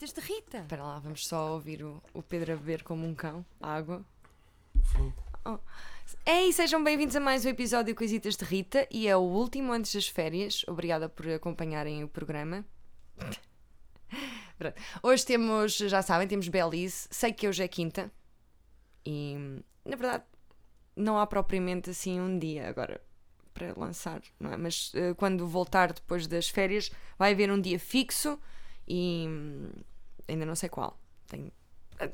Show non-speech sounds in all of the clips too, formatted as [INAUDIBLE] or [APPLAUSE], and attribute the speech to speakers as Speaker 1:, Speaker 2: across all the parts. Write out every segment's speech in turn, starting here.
Speaker 1: Eita!
Speaker 2: Espera lá, vamos só ouvir o, o Pedro a beber como um cão, água. Oh. Ei, sejam bem-vindos a mais um episódio de Coisitas de Rita e é o último antes das férias. Obrigada por acompanharem o programa. Pronto. Hoje temos, já sabem, temos Belize. Sei que hoje é quinta e, na verdade, não há propriamente assim um dia agora para lançar, não é? Mas eh, quando voltar depois das férias, vai haver um dia fixo e hum, ainda não sei qual. Tenho.
Speaker 1: A seu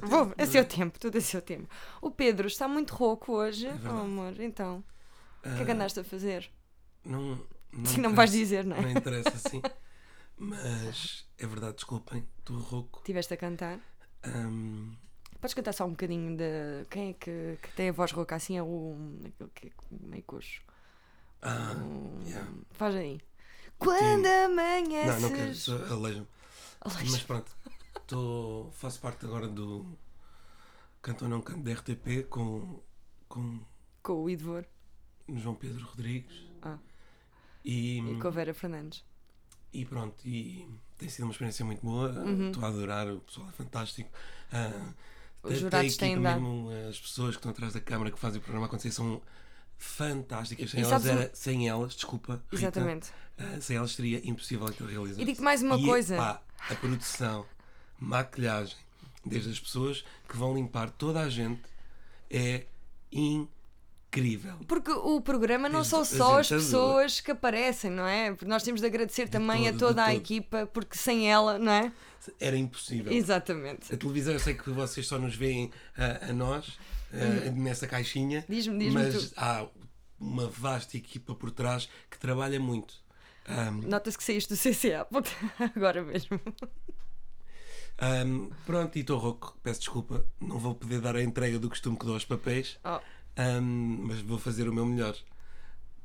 Speaker 1: tempo,
Speaker 2: Vou, assim,
Speaker 1: não
Speaker 2: a
Speaker 1: é? É
Speaker 2: seu tempo, tudo a seu tempo. O Pedro está muito rouco hoje. oh,
Speaker 1: verdade.
Speaker 2: amor, então. O que é que
Speaker 1: Ah,
Speaker 2: andaste a fazer?
Speaker 1: Não, não, assim
Speaker 2: Sim, não vais
Speaker 1: interessa-
Speaker 2: dizer, não é?
Speaker 1: Não interessa, sim. Mas é verdade, desculpem, estou rouco.
Speaker 2: Estiveste a cantar?
Speaker 1: Ahm,
Speaker 2: Podes cantar só um bocadinho de. Quem é que, que tem a voz rouca assim? É o. aquele que é meio coxo.
Speaker 1: ah,
Speaker 2: O-
Speaker 1: yeah.
Speaker 2: Faz aí. Quando
Speaker 1: não,
Speaker 2: amanheces.
Speaker 1: não quero, só alejo-me.
Speaker 2: Alex,
Speaker 1: Mas pronto, tô, faço parte agora do Canto ou Não Canto da RTP com, com
Speaker 2: Com o Idvor
Speaker 1: João Pedro Rodrigues.
Speaker 2: Ah.
Speaker 1: E,
Speaker 2: e com a Vera Fernandes.
Speaker 1: E pronto, e tem sido uma experiência muito boa.
Speaker 2: Uhum.
Speaker 1: Estou a adorar, o pessoal é fantástico. Ah,
Speaker 2: Os
Speaker 1: tem-
Speaker 2: jurados
Speaker 1: tem
Speaker 2: têm
Speaker 1: aqui
Speaker 2: dado.
Speaker 1: comigo, ah, As pessoas que estão atrás da câmara que fazem o programa acontecer são fantásticas. Sem,
Speaker 2: E
Speaker 1: elas,
Speaker 2: sabes um-
Speaker 1: era, sem elas, desculpa. Rita,
Speaker 2: Exatamente.
Speaker 1: ah, sem elas seria impossível aquilo realizar.
Speaker 2: E digo-te mais uma coisa.
Speaker 1: Pá, a produção, maquilhagem, desde as pessoas que vão limpar toda a gente, é incrível.
Speaker 2: Porque o programa não
Speaker 1: Desde
Speaker 2: são
Speaker 1: a
Speaker 2: só as
Speaker 1: gente adora.
Speaker 2: pessoas que aparecem, não é? Porque Nós temos de agradecer também
Speaker 1: todo,
Speaker 2: a
Speaker 1: de
Speaker 2: toda a
Speaker 1: todo.
Speaker 2: equipa, porque sem ela, não é?
Speaker 1: Era impossível.
Speaker 2: Exatamente.
Speaker 1: A televisão, eu sei que vocês só nos veem ah, a nós, ah, nessa caixinha.
Speaker 2: Uhum. Diz-me, diz-me
Speaker 1: Mas há uma vasta equipa por trás que trabalha muito. Ahm,
Speaker 2: Nota-se que saíste do [LAUGHS] CCA puta, agora mesmo.
Speaker 1: ahm, pronto, e estou rouco, peço desculpa. Não vou poder dar a entrega do costume que dou aos papéis,
Speaker 2: Oh,
Speaker 1: ahm, mas vou fazer o meu melhor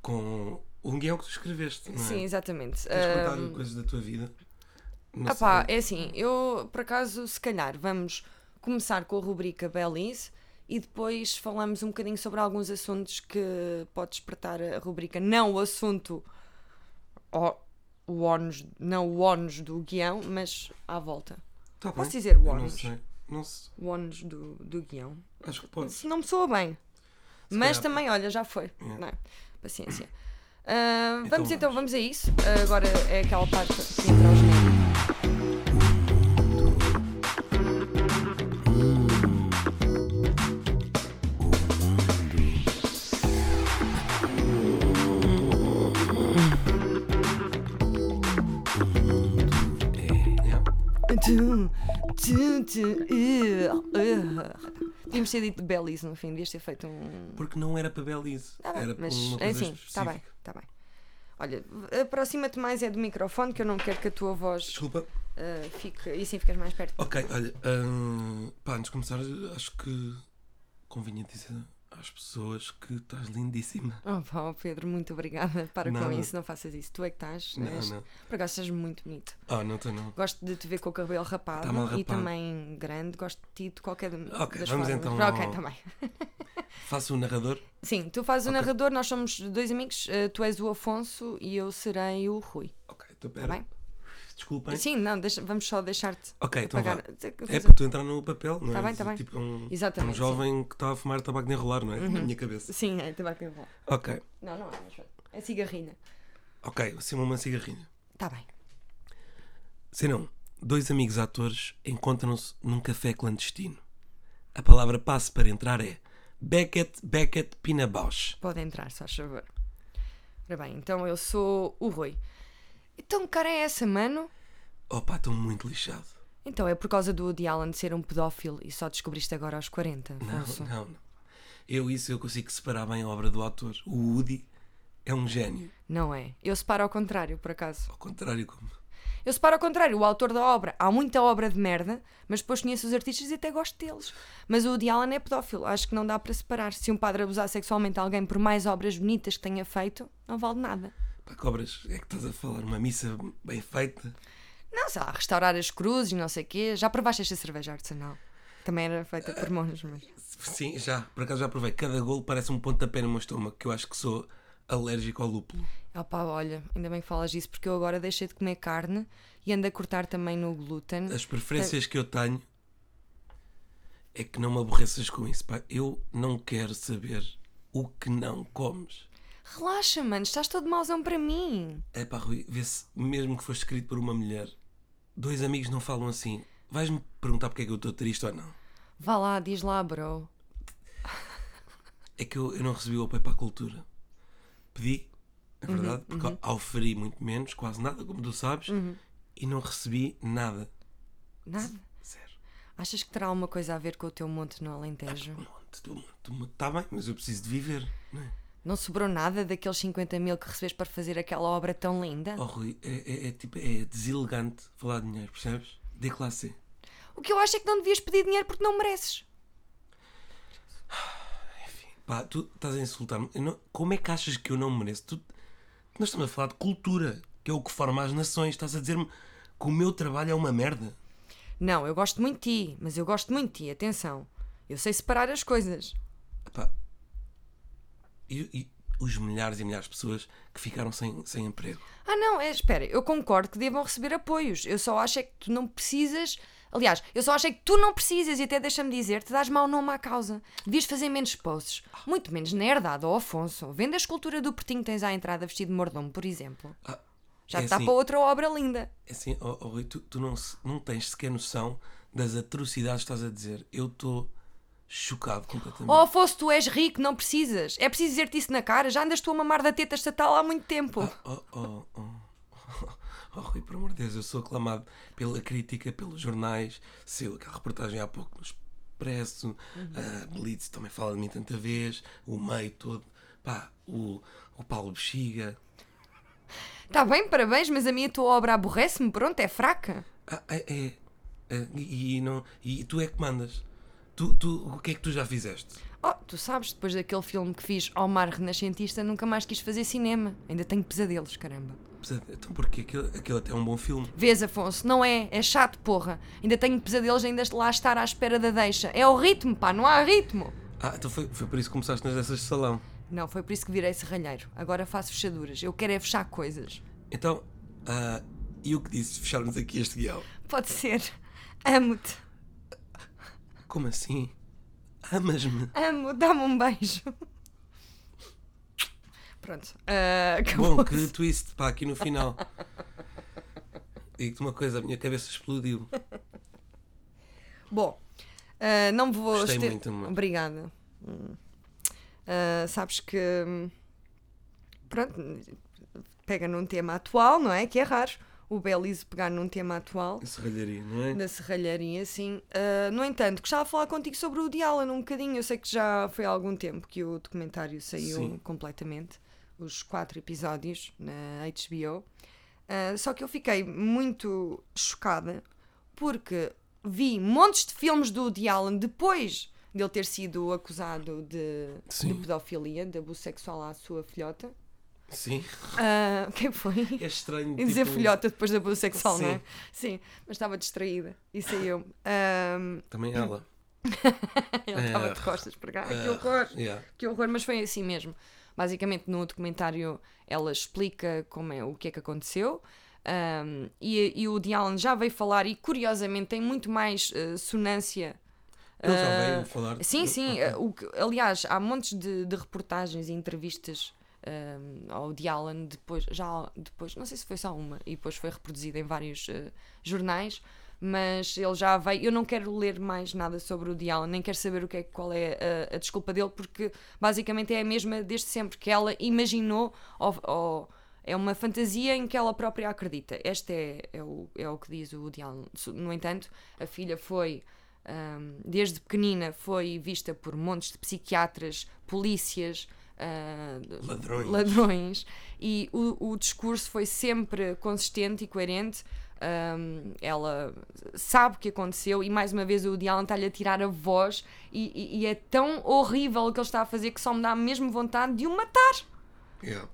Speaker 1: com um guião que tu escreveste. Não é?
Speaker 2: sim, exatamente.
Speaker 1: Queres contar
Speaker 2: Ahm,
Speaker 1: coisas da tua vida? Não
Speaker 2: Ah pá,
Speaker 1: sei.
Speaker 2: é assim, eu por acaso, se calhar, vamos começar com a rubrica Belize e depois falamos um bocadinho sobre alguns assuntos que pode despertar a rubrica. Não o assunto, ó- o ónus, não o ónus do guião, mas à volta.
Speaker 1: Tá bem.
Speaker 2: posso dizer o
Speaker 1: Eu Não
Speaker 2: ónus?
Speaker 1: sei. Não sei.
Speaker 2: O ónus do, do guião.
Speaker 1: Acho que podes.
Speaker 2: Se não me soa bem. Mas
Speaker 1: calhar-
Speaker 2: também, olha, já foi.
Speaker 1: Yeah.
Speaker 2: Não é? Paciência. Ah,
Speaker 1: Então
Speaker 2: vamos
Speaker 1: vamos.
Speaker 2: então, vamos a isso. Ah, agora é aquela parte que entra o genérico.
Speaker 1: Yeah.
Speaker 2: Tum, tum, tum, uh, uh. Devíamos ter dito Belize no fim, devias ter feito um.
Speaker 1: Porque não era para Belize.
Speaker 2: Tá bem,
Speaker 1: era para
Speaker 2: mas
Speaker 1: uma coisa
Speaker 2: enfim, está bem,
Speaker 1: específica.
Speaker 2: está bem. Olha, aproxima-te mais é do microfone que eu não quero que a tua voz
Speaker 1: Desculpa.
Speaker 2: ah, fique. E assim ficas mais perto.
Speaker 1: Ok, olha, hum, pá, antes de começar, acho que convinha dizer às pessoas que estás lindíssima.
Speaker 2: Oh, pá, oh, Pedro, muito obrigada. Para
Speaker 1: Nada.
Speaker 2: com isso, não faças isso. Tu é que estás.
Speaker 1: Não,
Speaker 2: és-
Speaker 1: não.
Speaker 2: Por acaso estás muito bonito.
Speaker 1: Ah, não estou não.
Speaker 2: Gosto de te ver com o cabelo rapado,
Speaker 1: Tá mal
Speaker 2: e
Speaker 1: rapado.
Speaker 2: também grande. Gosto de ti de qualquer das
Speaker 1: Ok,
Speaker 2: das
Speaker 1: vamos
Speaker 2: formas.
Speaker 1: então
Speaker 2: Ok,
Speaker 1: ao-
Speaker 2: está bem. [LAUGHS]
Speaker 1: Faço o narrador.
Speaker 2: Sim, tu fazes o narrador, nós somos dois amigos, eh, tu és o Afonso e eu serei o Rui.
Speaker 1: Ok, estou
Speaker 2: Tá
Speaker 1: pera.
Speaker 2: bem.
Speaker 1: Desculpem.
Speaker 2: Sim, não, deixa- vamos só deixar-te
Speaker 1: Ok, então
Speaker 2: apagar.
Speaker 1: vá. É para tu entrar no papel, não é?
Speaker 2: Tá bem, tá bem.
Speaker 1: Tipo, é um, é um
Speaker 2: Exatamente.
Speaker 1: jovem que está a fumar tabaco de enrolar, não é? Na minha cabeça.
Speaker 2: Sim, Sim, é tabaco enrolado.
Speaker 1: Ok,
Speaker 2: Não, não é, mas pronto. é cigarrinha.
Speaker 1: ok, acima uma cigarrinha.
Speaker 2: Está bem.
Speaker 1: Cena 1. Dois amigos atores encontram-se num café clandestino. A palavra passe para entrar é Beckett, Beckett, Pinabausch.
Speaker 2: Pode entrar, só favor. Ora bem, então eu sou o Rui. Então, que cara é essa, mano?
Speaker 1: Opa, estou muito lixado.
Speaker 2: Então é por causa do Woody Allen ser um pedófilo e só descobriste agora aos 40,
Speaker 1: Não,
Speaker 2: Afonso.
Speaker 1: não, não. Eu isso eu consigo separar bem a obra do autor. O Woody é um gênio,
Speaker 2: Não é? Eu separo ao contrário, por acaso.
Speaker 1: ao contrário como.
Speaker 2: Eu separo ao contrário, o autor da obra. Há muita obra de merda, mas depois conheço os artistas e até gosto deles. Mas o Woody Allen é pedófilo, acho que não dá para separar. Se um padre abusar sexualmente de alguém por mais obras bonitas que tenha feito, não vale nada.
Speaker 1: Pá, cobras, é que estás a falar uma missa bem feita.
Speaker 2: Não, sei lá, restaurar as cruzes, não sei o quê. Já provaste esta cerveja artesanal? Também era feita por mãos, mas...
Speaker 1: Sim, já, por acaso já provei. Cada golo parece um pontapé no meu estômago, que eu acho que sou alérgico ao lúpulo.
Speaker 2: Opá, olha, ainda bem que falas disso, porque eu agora deixei de comer carne e ando a cortar também no glúten.
Speaker 1: As preferências que eu tenho é que não me aborreças com isso, pá. Eu não quero saber o que não comes.
Speaker 2: Relaxa, mano, estás todo mauzão para mim.
Speaker 1: É pá, Rui, vê-se mesmo que foste escrito por uma mulher. Dois amigos não falam assim. Vais-me perguntar porque é que eu estou triste ou não?
Speaker 2: Vá lá, diz lá, bro.
Speaker 1: É que eu, eu não recebi o apoio para a cultura. Pedi, na verdade, porque oferi muito menos, quase nada, como tu sabes, e não recebi nada.
Speaker 2: Nada?
Speaker 1: Zero.
Speaker 2: Achas que terá alguma coisa a ver com o teu monte no Alentejo?
Speaker 1: Um monte, um monte, um monte. Está bem, mas eu preciso de viver, não é?
Speaker 2: Não sobrou nada daqueles 50 mil que recebeste para fazer aquela obra tão linda?
Speaker 1: Oh, Rui, é, é- é tipo, é deselegante falar de dinheiro, percebes? Dê classe.
Speaker 2: O que eu acho é que não devias pedir dinheiro porque não mereces.
Speaker 1: Pá, tu estás a insultar-me. Eu não- Como é que achas que eu não mereço? Tu... Nós estamos a falar de cultura, que é o que forma as nações. Estás a dizer-me que o meu trabalho é uma merda.
Speaker 2: Não, eu gosto muito de ti, mas eu gosto muito de ti, atenção. Eu sei separar as coisas.
Speaker 1: Pá. E, e os milhares e milhares de pessoas que ficaram sem, sem emprego.
Speaker 2: Ah, não, é, espera, eu concordo que devam receber apoios. Eu só acho é que tu não precisas. Aliás, eu só acho é que tu não precisas, e até deixa-me dizer, te dás mau nome à causa. Devias fazer menos posts, muito menos na herdade ao Afonso. Vende a escultura do Pertinho que tens à entrada vestido de mordomo, por exemplo.
Speaker 1: Ah,
Speaker 2: Já tá
Speaker 1: é
Speaker 2: te dá
Speaker 1: assim,
Speaker 2: para outra obra linda.
Speaker 1: é assim, oh, oh, Rui, tu, tu não, se- não tens sequer noção das atrocidades que estás a dizer. Eu estou chocado completamente.
Speaker 2: Ó Afonso, tu és rico, não precisas. É preciso dizer-te isso na cara, já andas tu a mamar da teta estatal há muito tempo.
Speaker 1: Oh, oh, oh. [LAUGHS] Oh, Rui, por amor de Deus, eu sou aclamado pela crítica, pelos jornais. Saiu aquela reportagem há pouco no Expresso, a Blitz também fala de mim tanta vez, o meio todo, pá, o, o Paulo Bexiga.
Speaker 2: Está Tá bem, parabéns, mas a minha tua obra aborrece-me, pronto, é fraca.
Speaker 1: Ah, é, é, é, e, e não, e tu é que mandas. Tu, tu, o que é que tu já fizeste?
Speaker 2: Oh, tu sabes, depois daquele filme que fiz ao mar renascentista, nunca mais quis fazer cinema. Ainda tenho pesadelos, caramba.
Speaker 1: Pesa- Então, porque aquele, aquele até é um bom filme.
Speaker 2: Vês, Afonso, não é? É chato, porra. Ainda tenho pesadelos, ainda lá estar à espera da deixa. É o ritmo, pá, não há ritmo.
Speaker 1: Ah, então foi, foi por isso que começaste nas dessas de salão.
Speaker 2: Não, foi por isso que virei serralheiro. Agora faço fechaduras. Eu quero é fechar coisas.
Speaker 1: Então, ah, e o que disse de fecharmos aqui este guião?
Speaker 2: Pode ser. Amo-te.
Speaker 1: Como assim? Amas-me?
Speaker 2: [LAUGHS] Amo, dá-me um beijo. Pronto. ah, acabou.
Speaker 1: Bom, que twist, pá, aqui no final. Digo-te uma coisa, a minha cabeça explodiu.
Speaker 2: Bom, ah, não vou.
Speaker 1: Gostei muito, muito.
Speaker 2: Obrigada. Hum. Ah, sabes que. hum, Pronto, pega num tema atual, não é? Que é raro o Belize pegar num tema atual
Speaker 1: Isso ralharia, não é?
Speaker 2: da serralharia, sim. Ah, no entanto, gostava de falar contigo sobre o Dialan um bocadinho. Eu sei que já foi há algum tempo que o documentário saiu
Speaker 1: Sim.
Speaker 2: completamente, os quatro episódios na HBO. Ah, só que eu fiquei muito chocada porque vi montes de filmes do Dialan depois dele ter sido acusado de, de
Speaker 1: Sim.
Speaker 2: pedofilia, de abuso sexual à sua filhota. [LAUGHS]
Speaker 1: Sim.
Speaker 2: Ah, quem foi?
Speaker 1: É estranho.
Speaker 2: E dizer
Speaker 1: tipo,
Speaker 2: filhota depois da abuso sexual, não é? Sim,
Speaker 1: Sim.
Speaker 2: mas estava distraída. Isso aí eu. Ahm,
Speaker 1: [LAUGHS] Também ela.
Speaker 2: ele estava de
Speaker 1: Ah,
Speaker 2: costas para cá. Ai,
Speaker 1: Ah,
Speaker 2: que horror!
Speaker 1: yeah.
Speaker 2: Que horror, mas foi assim mesmo. Basicamente, no documentário, ela explica como é, o que é que aconteceu. ahm, e, e o Dialan já veio falar, e curiosamente tem muito mais eh, sonância
Speaker 1: Ele já
Speaker 2: Ah,
Speaker 1: veio falar.
Speaker 2: Sim, sim. eh, O que, aliás, há montes de, de reportagens e entrevistas ehm, ao Dialan depois, já depois, não sei se foi só uma, e depois foi reproduzida em vários eh, jornais, mas ele já veio. Eu não quero ler mais nada sobre o Dialan, nem quero saber o que é, qual é a, a desculpa dele, porque basicamente é a mesma desde sempre que ela imaginou ou- ou- é uma fantasia em que ela própria acredita. Este é, é, o, é o que diz o Dialan. No entanto, a filha foi um, desde pequenina foi vista por montes de psiquiatras, polícias, uh,
Speaker 1: Ladrões.
Speaker 2: ladrões, e o, o discurso foi sempre consistente e coerente. Um, ela sabe o que aconteceu e mais uma vez o Woody Allen está-lhe a tirar a voz e, e- e é tão horrível o que ele está a fazer que só me dá mesmo vontade de o matar.
Speaker 1: Yeah.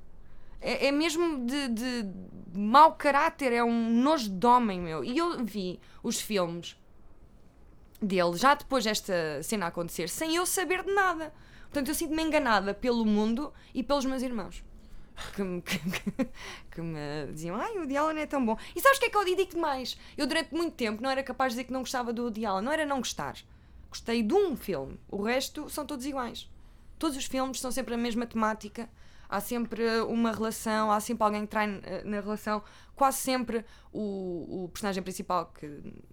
Speaker 2: É, é mesmo de, de mau caráter, é um nojo de homem, meu. E eu vi os filmes dele já depois desta cena acontecer, sem eu saber de nada. Portanto, eu sinto-me enganada pelo mundo e pelos meus irmãos. que me, [LAUGHS] que, que- que me diziam, ai, o Woody Allen é tão bom. E sabes o que é que eu digo mais? Eu durante muito tempo não era capaz de dizer que não gostava do Woody Allen. Não era não gostar. Gostei de um filme. O resto são todos iguais. Todos os filmes são sempre a mesma temática. Há sempre uma relação, há sempre alguém que trai eh, na relação. Quase sempre o, o personagem principal, que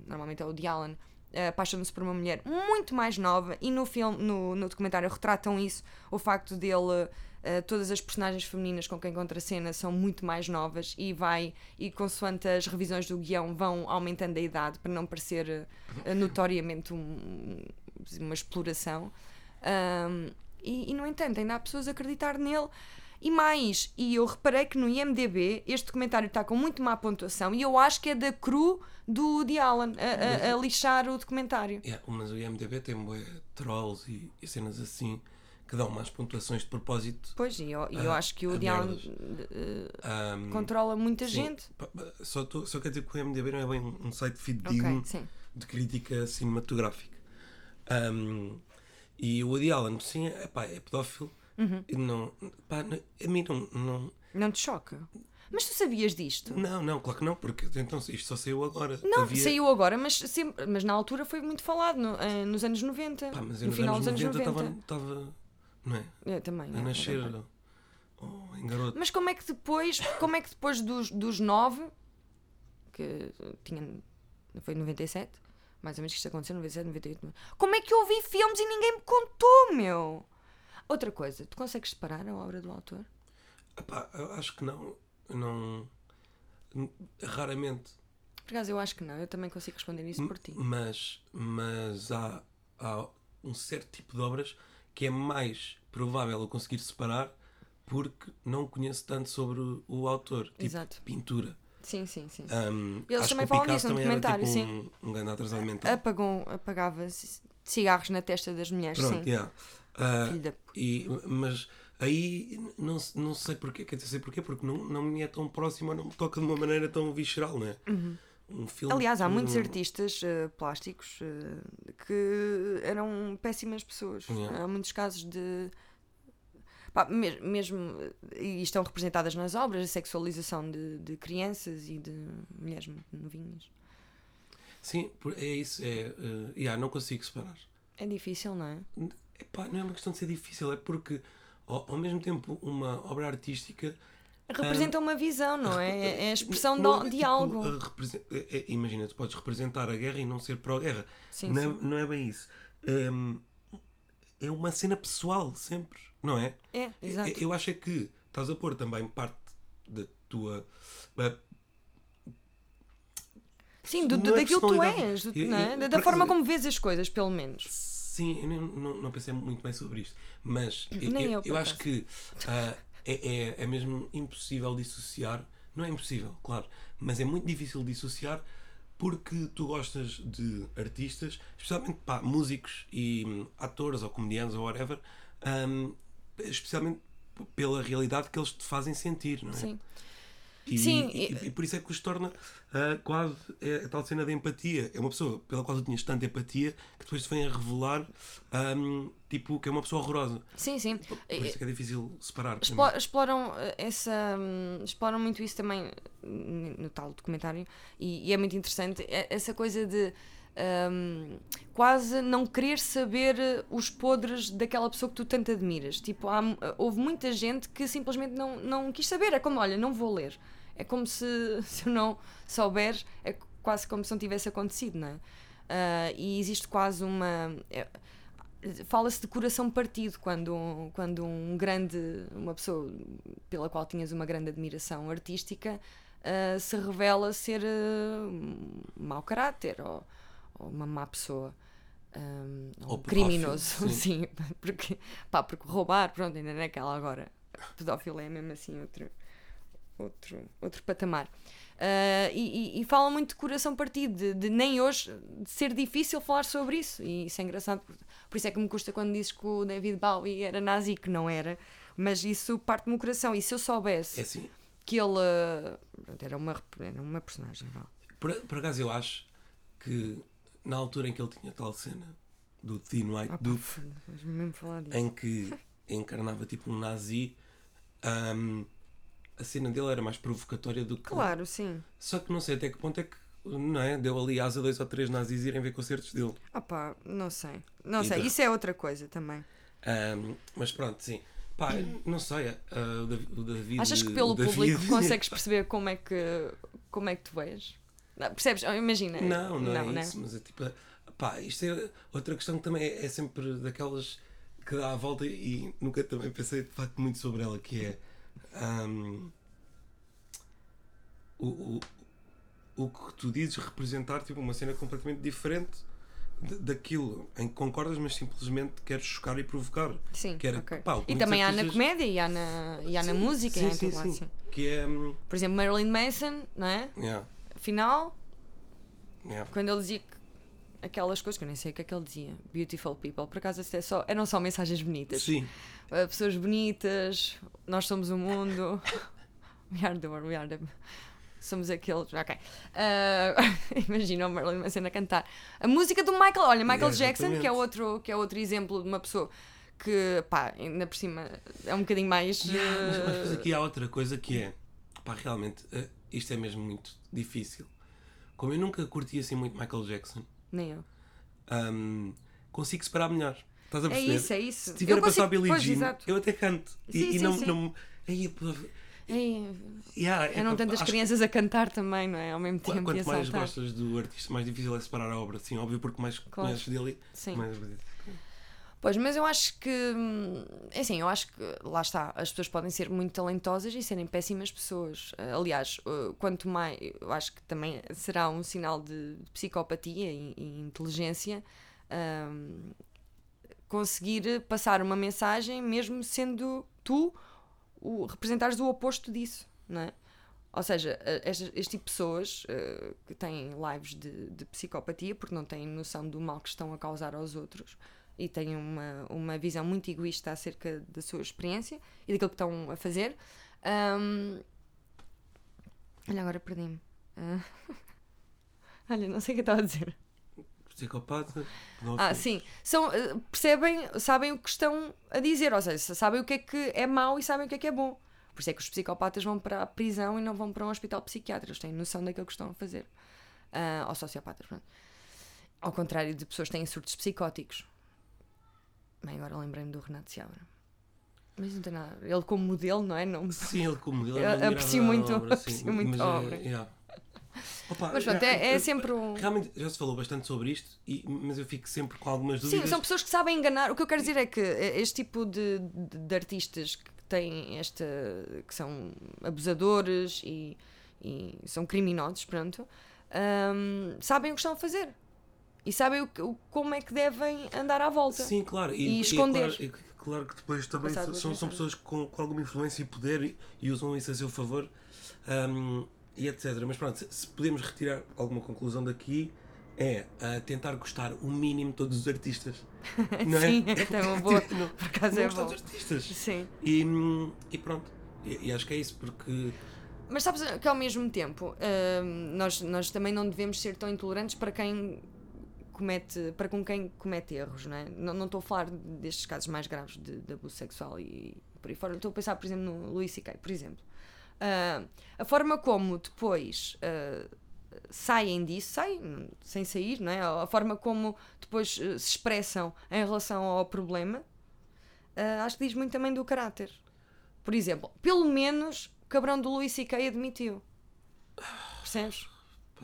Speaker 2: normalmente é o Woody Allen, eh, apaixona-se por uma mulher muito mais nova e no filme, no, no documentário retratam isso, o facto dele eh, todas as personagens femininas com quem encontra cena são muito mais novas e vai, e consoante as revisões do guião vão aumentando a idade para não parecer eh, notoriamente um- uma exploração Ahm, e, e, no entanto ainda há pessoas a acreditar nele e mais, e eu reparei que no IMDB este documentário está com muito má pontuação e eu acho que é da cru do Woody Allen a- a- a lixar o documentário.
Speaker 1: Yeah, mas o IMDB tem bué trolls e, e cenas assim que dão mais pontuações de propósito.
Speaker 2: Pois, e eu, e eu
Speaker 1: Ah,
Speaker 2: acho que o
Speaker 1: a
Speaker 2: Woody Allen eh,
Speaker 1: Ahm,
Speaker 2: controla muita
Speaker 1: sim,
Speaker 2: gente.
Speaker 1: pa- pa- Só, tô- só quer dizer que o IMDB não é bem um, um site
Speaker 2: Ok,
Speaker 1: fidedigno
Speaker 2: sim.
Speaker 1: de crítica cinematográfica. Ahm, e o Woody Allen, sim, é, pá, é pedófilo.
Speaker 2: Uhum.
Speaker 1: E não, pá, n- a mim não, não.
Speaker 2: Não te choca. Mas tu sabias disto?
Speaker 1: Não, não, claro que não, porque então isto só saiu agora.
Speaker 2: Não,
Speaker 1: Havia-
Speaker 2: saiu agora, mas, sempre, mas na altura foi muito falado, no- eh, nos anos 90.
Speaker 1: Pá, mas
Speaker 2: no
Speaker 1: eu nos
Speaker 2: final
Speaker 1: anos
Speaker 2: dos anos
Speaker 1: 90
Speaker 2: 90.
Speaker 1: estava. estava, Não é?
Speaker 2: Eu também.
Speaker 1: A
Speaker 2: é,
Speaker 1: nascer.
Speaker 2: era bem.
Speaker 1: Ou em garoto.
Speaker 2: Mas como é que depois, como é que depois dos, dos 9, que tinha. Foi em 97, mais ou menos que isto aconteceu, 97, 98. Como é que eu ouvi filmes e ninguém me contou, meu? Outra coisa, tu consegues separar a obra do autor?
Speaker 1: Epá, eu acho que não. eu Não. Raramente.
Speaker 2: Por acaso eu acho que não, eu também consigo responder isso por
Speaker 1: Hum, tipo?
Speaker 2: ti.
Speaker 1: Mas, mas há, há um certo tipo de obras que é mais provável eu conseguir separar porque não conheço tanto sobre o, o autor. Tipo,
Speaker 2: Exato.
Speaker 1: pintura.
Speaker 2: Sim, sim, sim.
Speaker 1: Um,
Speaker 2: Eles
Speaker 1: acho
Speaker 2: também
Speaker 1: que o
Speaker 2: falam
Speaker 1: Picasso
Speaker 2: disso no
Speaker 1: também era tipo
Speaker 2: documentário,
Speaker 1: um, um grande atrasado mental.
Speaker 2: Apagou, apagava ci- cigarros na testa das mulheres,
Speaker 1: Pronto,
Speaker 2: sim.
Speaker 1: yeah. Ah,
Speaker 2: Filho da p-
Speaker 1: E, mas aí não, se- não sei porquê, quer dizer, sei porquê, porque não, não me é tão próximo ou não me toca de uma maneira tão visceral, não é? Um filme
Speaker 2: Uhum. Aliás, há
Speaker 1: que-
Speaker 2: muitos artistas eh, plásticos eh, que eram péssimas pessoas.
Speaker 1: Yeah.
Speaker 2: Há muitos casos de. Pá, me- mesmo. eh, E estão representadas nas obras a sexualização de, de crianças e de mulheres muito novinhas.
Speaker 1: Sim, por- é isso, é. eh, yeah, não consigo separar.
Speaker 2: É difícil, não é?
Speaker 1: Epá, não é uma questão de ser difícil, é porque ao, ao mesmo tempo uma obra artística
Speaker 2: Representa uma visão, não é? É
Speaker 1: [LAUGHS]
Speaker 2: é a expressão
Speaker 1: Não,
Speaker 2: de,
Speaker 1: é
Speaker 2: de
Speaker 1: Hum. tipo,
Speaker 2: algo.
Speaker 1: a represen- é- é- imagina, tu podes representar a guerra e não ser pró-guerra.
Speaker 2: Sim,
Speaker 1: Não, é-
Speaker 2: sim.
Speaker 1: não é bem isso. Hum, é uma cena pessoal, sempre, não é?
Speaker 2: É, exato.
Speaker 1: Eu acho é que estás a pôr também parte da tua. eh,
Speaker 2: Sim, do,
Speaker 1: Uma
Speaker 2: do- daquilo que tu
Speaker 1: personalidade.
Speaker 2: és, do-
Speaker 1: Eu-
Speaker 2: não é?
Speaker 1: eu-
Speaker 2: da,
Speaker 1: por
Speaker 2: da
Speaker 1: acaso-
Speaker 2: forma como vês as coisas, pelo menos.
Speaker 1: Sim, eu não, não, não pensei muito bem sobre isto, mas eu,
Speaker 2: Nem
Speaker 1: eu-
Speaker 2: eu, por
Speaker 1: eu acho
Speaker 2: acaso.
Speaker 1: que ah, é, é, é mesmo impossível dissociar. Não é impossível, claro, mas é muito difícil dissociar porque tu gostas de artistas, especialmente pá, músicos e hum, atores ou comediantes ou whatever, hum, especialmente p- pela realidade que eles te fazem sentir, não é?
Speaker 2: Sim.
Speaker 1: E,
Speaker 2: Sim,
Speaker 1: e,
Speaker 2: e-
Speaker 1: e por isso é que os torna ah, quase é, a tal cena de empatia. É uma pessoa pela qual tu tinhas tanta empatia que depois te vem a revelar ahm, tipo, que é uma pessoa horrorosa.
Speaker 2: Sim, sim. Eh,
Speaker 1: Por isso é que é difícil separar. para
Speaker 2: Explo- exploram eh, essa hum, exploram muito isso também hum, no tal documentário e, e é muito interessante eh, essa coisa de hum, quase não querer saber eh, os podres daquela pessoa que tu tanto admiras tipo há mu- houve muita gente que simplesmente não não quis saber é como olha não vou ler é como se [LAUGHS] se eu não souber é qu- quase como se não tivesse acontecido não é? Ah, e existe quase uma é- fala-se de coração partido quando um, quando um grande uma pessoa pela qual tinhas uma grande admiração artística ah, se revela ser ah, um mau caráter ou, ou uma má pessoa um, ou
Speaker 1: Ou
Speaker 2: um
Speaker 1: pedófilo,
Speaker 2: criminoso [LAUGHS] sim,
Speaker 1: sim.
Speaker 2: porque pá, porque roubar pronto ainda não é aquela agora pedófilo é mesmo assim outro outro, outro patamar. Ah, e, e, e fala muito de coração partido, de, de nem hoje de ser difícil falar sobre isso. E isso é engraçado. Por, por isso é que me custa quando dizes que o David Bowie era nazi, que não era. Mas isso parte-me o coração. E se eu
Speaker 1: mim. É
Speaker 2: soubesse
Speaker 1: assim.
Speaker 2: que ele ah, pronto, era uma, rep- era uma personagem, vá.
Speaker 1: Por, por acaso eu acho que na altura em que ele tinha tal cena do Teen White
Speaker 2: Ah, pá,
Speaker 1: Duke
Speaker 2: foda-se, vamos mesmo falar disso.
Speaker 1: em que encarnava tipo um nazi, ahm, a cena dele era mais provocatória do que.
Speaker 2: Claro, sim.
Speaker 1: Só que não sei até que ponto é que. Não é? Deu ali asa dois ou três nazis irem ver concertos dele.
Speaker 2: Ah pá, não sei. Não
Speaker 1: E
Speaker 2: sei.
Speaker 1: de-
Speaker 2: Isso é outra coisa também.
Speaker 1: Ahm, mas pronto, sim. Pá, não sei. ah, o Davi- o David.
Speaker 2: Hum. Achas que
Speaker 1: o
Speaker 2: pelo
Speaker 1: David- [LAUGHS]
Speaker 2: público consegues perceber como é que, como é que tu és? Não, percebes? Oh, Imagina.
Speaker 1: Não, não, é
Speaker 2: né?
Speaker 1: isso, mas é tipo. Pá, isto é outra questão que também é, é sempre daquelas que dá a volta e nunca também pensei de facto muito sobre ela, que é. ahm, o, o, o que tu dizes representar tipo, uma cena completamente diferente da- daquilo em que concordas, mas simplesmente queres chocar e provocar.
Speaker 2: Sim,
Speaker 1: Que era-
Speaker 2: ok.
Speaker 1: pá, o que
Speaker 2: e
Speaker 1: muitos
Speaker 2: também há na
Speaker 1: artistas-
Speaker 2: comédia e há na, e há na
Speaker 1: Sim,
Speaker 2: música. né? Tipo assim. e há
Speaker 1: sim,
Speaker 2: em
Speaker 1: sim,
Speaker 2: todo lado,
Speaker 1: sim.
Speaker 2: sim.
Speaker 1: Que é. hum,
Speaker 2: Por exemplo, Marilyn Manson, não é?
Speaker 1: yeah,
Speaker 2: Afinal,
Speaker 1: yeah.
Speaker 2: quando ele dizia que- aquelas coisas que eu nem sei o que é que ele dizia, beautiful people, por acaso isso é só, eram só mensagens bonitas.
Speaker 1: Sim,
Speaker 2: Uh, pessoas bonitas, nós somos o mundo. [LAUGHS] We are the world, we are the... Somos aqueles. Ok. Uh, [LAUGHS] imagina o Marilyn Manson a cantar. A música do Michael. Olha, Michael Jackson, que é,
Speaker 1: Exatamente.
Speaker 2: outro, que é outro exemplo de uma pessoa que, pá, ainda por cima é um bocadinho mais.
Speaker 1: Yeah, mas, é mas depois
Speaker 2: uh,
Speaker 1: aqui há outra coisa que é, pá, realmente, eh, isto é mesmo muito difícil. Como eu nunca curti assim muito Michael Jackson,
Speaker 2: Nem eu.
Speaker 1: ahm, consigo separar melhor. Estás a
Speaker 2: É
Speaker 1: perceber?
Speaker 2: isso, é isso.
Speaker 1: Se estiver
Speaker 2: Eu
Speaker 1: a passar
Speaker 2: consigo-
Speaker 1: Billie
Speaker 2: pois,
Speaker 1: Jean,
Speaker 2: exato.
Speaker 1: eu até canto.
Speaker 2: Sim,
Speaker 1: e, e
Speaker 2: sim,
Speaker 1: não,
Speaker 2: sim.
Speaker 1: não me- Ei, pô,
Speaker 2: Ei,
Speaker 1: yeah, é
Speaker 2: eram
Speaker 1: capaz-
Speaker 2: É, tantas
Speaker 1: acho que
Speaker 2: crianças a cantar também, não é? Ao mesmo
Speaker 1: qu-
Speaker 2: tempo e a
Speaker 1: Quanto mais
Speaker 2: saltar.
Speaker 1: gostas do artista, mais difícil é separar a obra. Sim, óbvio, porque mais
Speaker 2: Claro.
Speaker 1: conheces dele,
Speaker 2: Sim.
Speaker 1: mais...
Speaker 2: Pois, mas eu acho que. hum, é Assim, eu acho que. Lá está. As pessoas podem ser muito talentosas e serem péssimas pessoas. Ah, Aliás, ah, quanto mais. Eu acho que também será um sinal de psicopatia e, e inteligência. hum, conseguir passar uma mensagem mesmo sendo tu o, representares o oposto disso, não é? Ou seja, a- estas- este, tipo de pessoas eh, que têm lives de, de psicopatia porque não têm noção do mal que estão a causar aos outros e têm uma, uma visão muito egoísta acerca da sua experiência e daquilo que estão a fazer. Ahm, Olha, agora perdi-me. Ah. [LAUGHS] Olha, não sei o que eu estava a dizer.
Speaker 1: Psicopata...
Speaker 2: Ah, sim. São, eh, percebem, sabem o que estão a dizer, ou seja, sabem o que é que é mau e sabem o que é que é bom. Por isso é que os psicopatas vão para a prisão e não vão para um hospital psiquiátrico, eles têm noção daquilo que estão a fazer. Ah, ou sociopatas, pronto. Ao contrário de pessoas que têm surtos psicóticos. Bem, agora lembrei-me do Renato Seabra. Mas não tem nada. a ver. Ele, como modelo, não é? Não...
Speaker 1: Sim, ele como ele
Speaker 2: Eu
Speaker 1: admirava
Speaker 2: aprecio
Speaker 1: a
Speaker 2: muito-
Speaker 1: obra, sim,
Speaker 2: aprecio muito
Speaker 1: mas,
Speaker 2: a
Speaker 1: eh,
Speaker 2: obra.
Speaker 1: yeah. Opa,
Speaker 2: Mas pronto,
Speaker 1: yeah,
Speaker 2: é, é
Speaker 1: eh,
Speaker 2: sempre um.
Speaker 1: Realmente já se falou bastante sobre isto, e- mas eu fico sempre com algumas dúvidas.
Speaker 2: Sim, são pessoas que sabem enganar. O que eu quero dizer é que este tipo de, de- de artistas que têm esta. que são abusadores e, e são criminosos, pronto, hum, sabem o que estão a fazer. E sabem o, que- o- como é que devem andar à volta.
Speaker 1: Sim, claro.
Speaker 2: E
Speaker 1: é
Speaker 2: esconder.
Speaker 1: claro- é claro, que depois também
Speaker 2: Passar
Speaker 1: são,
Speaker 2: duas
Speaker 1: são
Speaker 2: mensagens.
Speaker 1: pessoas com, com alguma influência e poder e, e usam isso a seu favor hum, e etc. Mas pronto, se, se podemos retirar alguma conclusão daqui é ah, tentar gostar o mínimo de todos os artistas.
Speaker 2: [LAUGHS]
Speaker 1: Não é?
Speaker 2: Sim, até
Speaker 1: [LAUGHS]
Speaker 2: uma boa.
Speaker 1: Não,
Speaker 2: Por acaso é
Speaker 1: não gostar
Speaker 2: bom.
Speaker 1: dos artistas.
Speaker 2: Sim.
Speaker 1: E, hum, e pronto. E, e acho que é isso, porque.
Speaker 2: Mas sabes que ao mesmo tempo hum, nós, nós também não devemos ser tão intolerantes para quem comete para com quem comete erros, não é? Não, não estou a falar destes casos mais graves de, de abuso sexual e por aí fora. Estou a pensar, por exemplo, no Louis C.K., por exemplo. Ah, a forma como depois ah, saem disso, saem hum, sem sair, não é? A forma como depois eh, se expressam em relação ao problema, ah, acho que diz muito também do caráter. Por exemplo, pelo menos o cabrão do Luís C.K. admitiu. Percebes?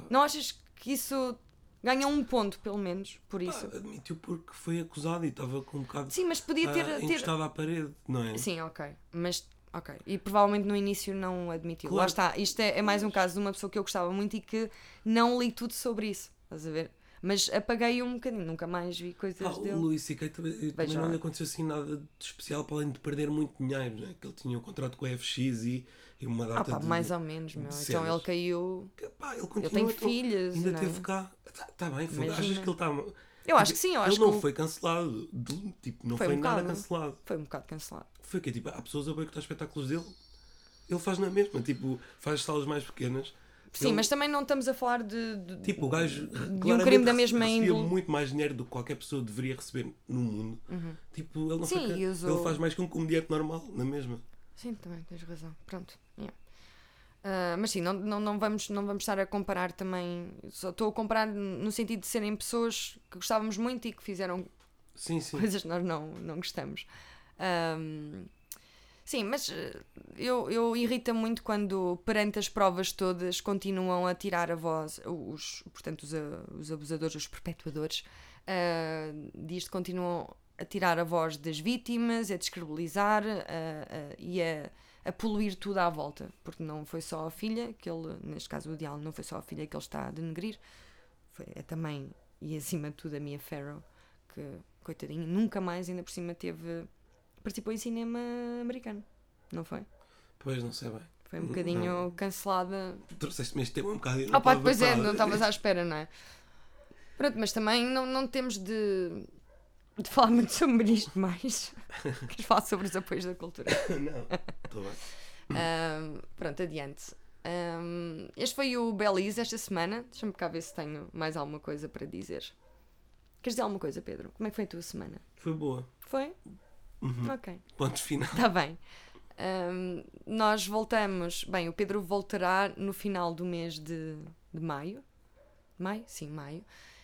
Speaker 2: Não achas que isso ganha um ponto, pelo menos, por
Speaker 1: pá,
Speaker 2: isso?
Speaker 1: admitiu porque foi acusado e estava com um bocado
Speaker 2: Sim, mas podia ter.
Speaker 1: ah,
Speaker 2: ter...
Speaker 1: encostado à parede, não é?
Speaker 2: Sim, ok. Mas, ok. E provavelmente no início não admitiu. Lá
Speaker 1: Claro.
Speaker 2: está. Isto é, é mais um caso de uma pessoa que eu gostava muito e que não li tudo sobre isso. Estás a ver? Mas apaguei um bocadinho. Nunca mais vi coisas
Speaker 1: Pá,
Speaker 2: dele.
Speaker 1: Ah, o Luís C.K. também, também
Speaker 2: Vejam
Speaker 1: não
Speaker 2: lá.
Speaker 1: lhe aconteceu assim nada de especial para além de perder muito dinheiro, né? que ele tinha um contrato com a FX e, e uma
Speaker 2: Ah
Speaker 1: data
Speaker 2: pá,
Speaker 1: tá de...
Speaker 2: mais ou menos, meu.
Speaker 1: de
Speaker 2: Então
Speaker 1: cenas.
Speaker 2: ele caiu.
Speaker 1: Que, pá, ele
Speaker 2: Ele
Speaker 1: continua,
Speaker 2: tem
Speaker 1: então,
Speaker 2: filhas.
Speaker 1: Ainda
Speaker 2: não é?
Speaker 1: teve cá. Está tá bem, foda, achas
Speaker 2: Imagina.
Speaker 1: que ele está...
Speaker 2: Eu acho que sim. Eu acho
Speaker 1: Ele
Speaker 2: que
Speaker 1: não
Speaker 2: o-
Speaker 1: foi cancelado, de- tipo, não
Speaker 2: Foi
Speaker 1: foi,
Speaker 2: um
Speaker 1: nada
Speaker 2: bocado.
Speaker 1: cancelado.
Speaker 2: foi um bocado cancelado.
Speaker 1: Foi o quê? Tipo, há pessoas a boicotar espetáculos dele, ele faz na mesma, tipo, faz salas mais pequenas.
Speaker 2: Sim,
Speaker 1: Ele-
Speaker 2: mas também não estamos a falar de. de-
Speaker 1: Tipo, o gajo
Speaker 2: um
Speaker 1: claramente
Speaker 2: crime da
Speaker 1: rece-
Speaker 2: mesma
Speaker 1: recebia
Speaker 2: índole.
Speaker 1: muito mais dinheiro do que qualquer pessoa deveria receber no mundo. Tipo, ele não
Speaker 2: Uhum. Sim,
Speaker 1: fica-
Speaker 2: e usou-
Speaker 1: ele faz mais que um comediante normal, na mesma.
Speaker 2: Sim, também tens razão. Pronto. yeah. Ah, mas sim, não, não, não, vamos, não vamos estar a comparar também. Só estou a comparar no sentido de serem pessoas que gostávamos muito e que fizeram
Speaker 1: Sim, sim.
Speaker 2: coisas que nós não, não gostamos. Ahm, sim, mas eh, eu, eu irrita muito quando, perante as provas todas, continuam a tirar a voz, os, portanto, os, a- os abusadores, os perpetuadores ah, disto, continuam a tirar a voz das vítimas, a descredibilizar ah, ah, e a, a poluir tudo à volta, porque não foi só a filha que ele, neste caso o ideal, não foi só a filha que ele está a denegrir, foi, é também, e acima de tudo, a Mia Farrow, que, coitadinha, nunca mais, ainda por cima, teve. participou em cinema americano, não foi?
Speaker 1: Pois, não sei bem.
Speaker 2: Foi um bocadinho cancelada.
Speaker 1: Trouxeste-me este tema um bocado e Hum, não
Speaker 2: Ah, pá,
Speaker 1: estava
Speaker 2: pois é,
Speaker 1: preparado.
Speaker 2: não estavas à espera, não é? Pronto, mas também não, não temos de. de falar muito sobre isto
Speaker 1: [LAUGHS]
Speaker 2: mais. Queres falar sobre os apoios da cultura?
Speaker 1: [LAUGHS] Não, estou bem.
Speaker 2: Ahm, pronto, adiante. Ahm, este foi o Belize esta semana. Deixa-me cá ver se tenho mais alguma coisa para dizer. Queres dizer alguma coisa, Pedro? Como é que foi a tua semana?
Speaker 1: Foi boa.
Speaker 2: Foi?
Speaker 1: Uhum.
Speaker 2: Ok. [LAUGHS]
Speaker 1: Ponto final.
Speaker 2: Está Tá bem. Ahm, nós voltamos. Bem, o Pedro voltará no final do mês de, de maio. Maio? Sim, maio.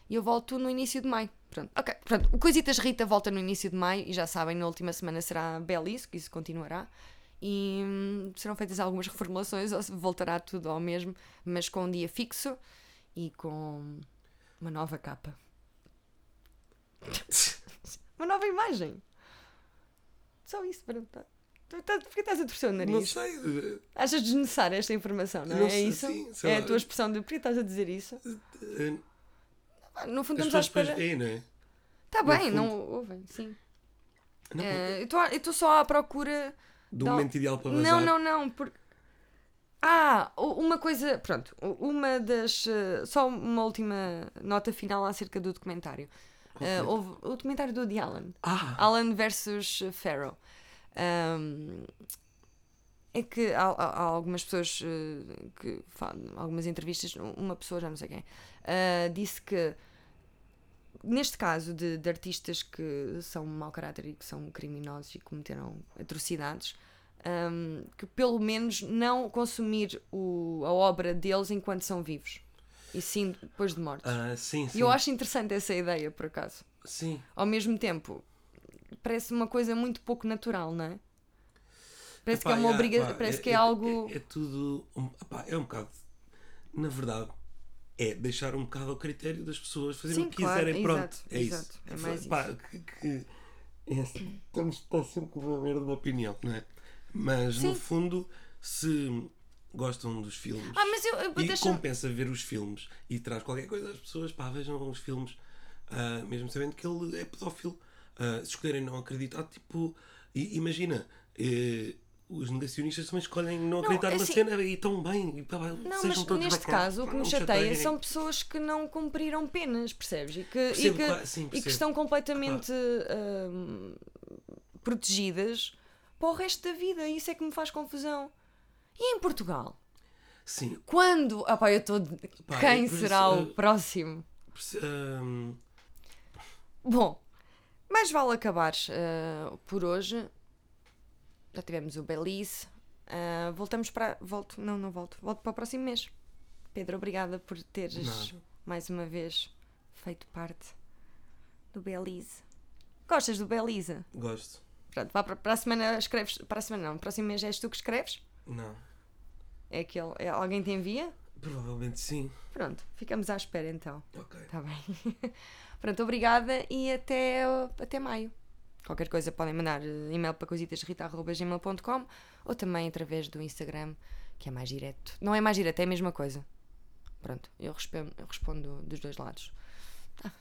Speaker 2: E eu volto no início de maio. Pronto, ok. Pronto, o Coisitas Rita volta no início de maio e já sabem, na última semana será belíssimo, que isso continuará. E hum, serão feitas algumas [LAUGHS] reformulações, ou se voltará tudo ao mesmo, mas com um dia fixo e com uma nova capa. Uma nova imagem. Só isso, pronto. tá. Tu tá- Porquê estás a torcer o
Speaker 1: Não
Speaker 2: nariz?
Speaker 1: sei. eh,
Speaker 2: Achas desnecessária esta informação, não é?
Speaker 1: Não
Speaker 2: é
Speaker 1: sei,
Speaker 2: isso?
Speaker 1: sim, sei
Speaker 2: é
Speaker 1: lá.
Speaker 2: a tua expressão de porquê estás a dizer isso?
Speaker 1: eh,
Speaker 2: Ah, No fundo,
Speaker 1: As
Speaker 2: estamos à
Speaker 1: pessoas depois
Speaker 2: espera.
Speaker 1: veem, não é?
Speaker 2: Está
Speaker 1: no
Speaker 2: bem,
Speaker 1: fundo-
Speaker 2: não ouvem, sim.
Speaker 1: Não,
Speaker 2: Eh, eu estou à- eu estou só à procura.
Speaker 1: do
Speaker 2: não.
Speaker 1: momento ideal para vazar.
Speaker 2: Não, não, não, porque. Ah, u- uma coisa. Pronto, u- uma das. eh, Só uma última nota final acerca do documentário. Eh, houve o documentário do Woody Allen.
Speaker 1: Ah,
Speaker 2: Alan versus Pharaoh. Um, é que há, há- há algumas pessoas eh, que falam, algumas entrevistas, uma pessoa, já não sei quem, eh, disse que neste caso de, de artistas que são mau caráter e que são criminosos e cometeram atrocidades, um, que pelo menos não consumir o- a obra deles enquanto são vivos e sim depois de mortos.
Speaker 1: ah, sim, sim.
Speaker 2: E eu acho interessante essa ideia, por acaso
Speaker 1: Sim.
Speaker 2: ao mesmo tempo, parece uma coisa muito pouco natural, não é? Parece
Speaker 1: Epá,
Speaker 2: que é uma
Speaker 1: yeah,
Speaker 2: obrigação,
Speaker 1: pá,
Speaker 2: parece que é, algo.
Speaker 1: É, é tudo. Um, epá, é um bocado. Na verdade, é deixar um bocado ao critério das pessoas fazerem
Speaker 2: Sim,
Speaker 1: o que quiserem.
Speaker 2: claro,
Speaker 1: pronto,
Speaker 2: exato,
Speaker 1: é
Speaker 2: exato,
Speaker 1: isso.
Speaker 2: é mais
Speaker 1: Epá, Que, que- é assim, estamos está sempre com uma merda de opinião, não é? Mas no
Speaker 2: Sim.
Speaker 1: fundo, se gostam dos filmes.
Speaker 2: Ah, mas eu. eu
Speaker 1: E
Speaker 2: deixa-me-
Speaker 1: compensa ver os filmes e traz qualquer coisa às pessoas, pá, vejam os filmes, ah, mesmo sabendo que ele é pedófilo. Ah, se escolherem não acreditar, tipo, i- imagina, eh, os negacionistas também escolhem não acreditar na
Speaker 2: assim-
Speaker 1: cena e estão bem, e, pá, pá,
Speaker 2: Não,
Speaker 1: sejam
Speaker 2: mas
Speaker 1: todos
Speaker 2: neste
Speaker 1: bacanas,
Speaker 2: caso o
Speaker 1: pá,
Speaker 2: que
Speaker 1: não
Speaker 2: me
Speaker 1: me
Speaker 2: chateia
Speaker 1: chateiem.
Speaker 2: são pessoas que não cumpriram penas, percebes? E que, e
Speaker 1: Percebo,
Speaker 2: que,
Speaker 1: claro, sim,
Speaker 2: e que
Speaker 1: percebo.
Speaker 2: estão completamente hum, protegidas para o resto da vida. Isso é que me faz confusão. E em Portugal?
Speaker 1: Sim,
Speaker 2: Quando. Ah, pá, eu estou. de-
Speaker 1: Pá,
Speaker 2: Quem
Speaker 1: eu- por
Speaker 2: será
Speaker 1: isso,
Speaker 2: o
Speaker 1: eh,
Speaker 2: próximo?
Speaker 1: perce- ah, ahm,
Speaker 2: Bom, mais vale acabar eh, por hoje. Já tivemos o Belize. Eh, voltamos para. Volto, não, não volto. Volto para o próximo mês. Pedro, obrigada por teres
Speaker 1: Nada.
Speaker 2: mais uma vez feito parte do Belize. Gostas do Belize?
Speaker 1: gosto.
Speaker 2: Pronto, vá para, para a semana escreves. Para a semana não, próximo mês és tu que escreves?
Speaker 1: Não,
Speaker 2: É aquele. é- alguém te envia?
Speaker 1: provavelmente sim.
Speaker 2: Pronto, ficamos à espera então.
Speaker 1: Ok.
Speaker 2: Está bem. [LAUGHS] Pronto, obrigada e até, até maio. Qualquer coisa podem mandar eh, e-mail para coisitasrita.gmail.com ou também através do Instagram, que é mais direto. Não é mais direto, é a mesma coisa. Pronto, eu respondo, eu respondo dos dois lados. Tá.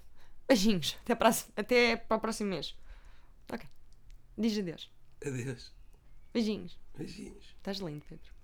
Speaker 2: Beijinhos, até, para a se- até para o próximo mês. Ok. Diz adeus.
Speaker 1: Adeus.
Speaker 2: Beijinhos.
Speaker 1: Beijinhos.
Speaker 2: Estás lindo, Pedro. Tá,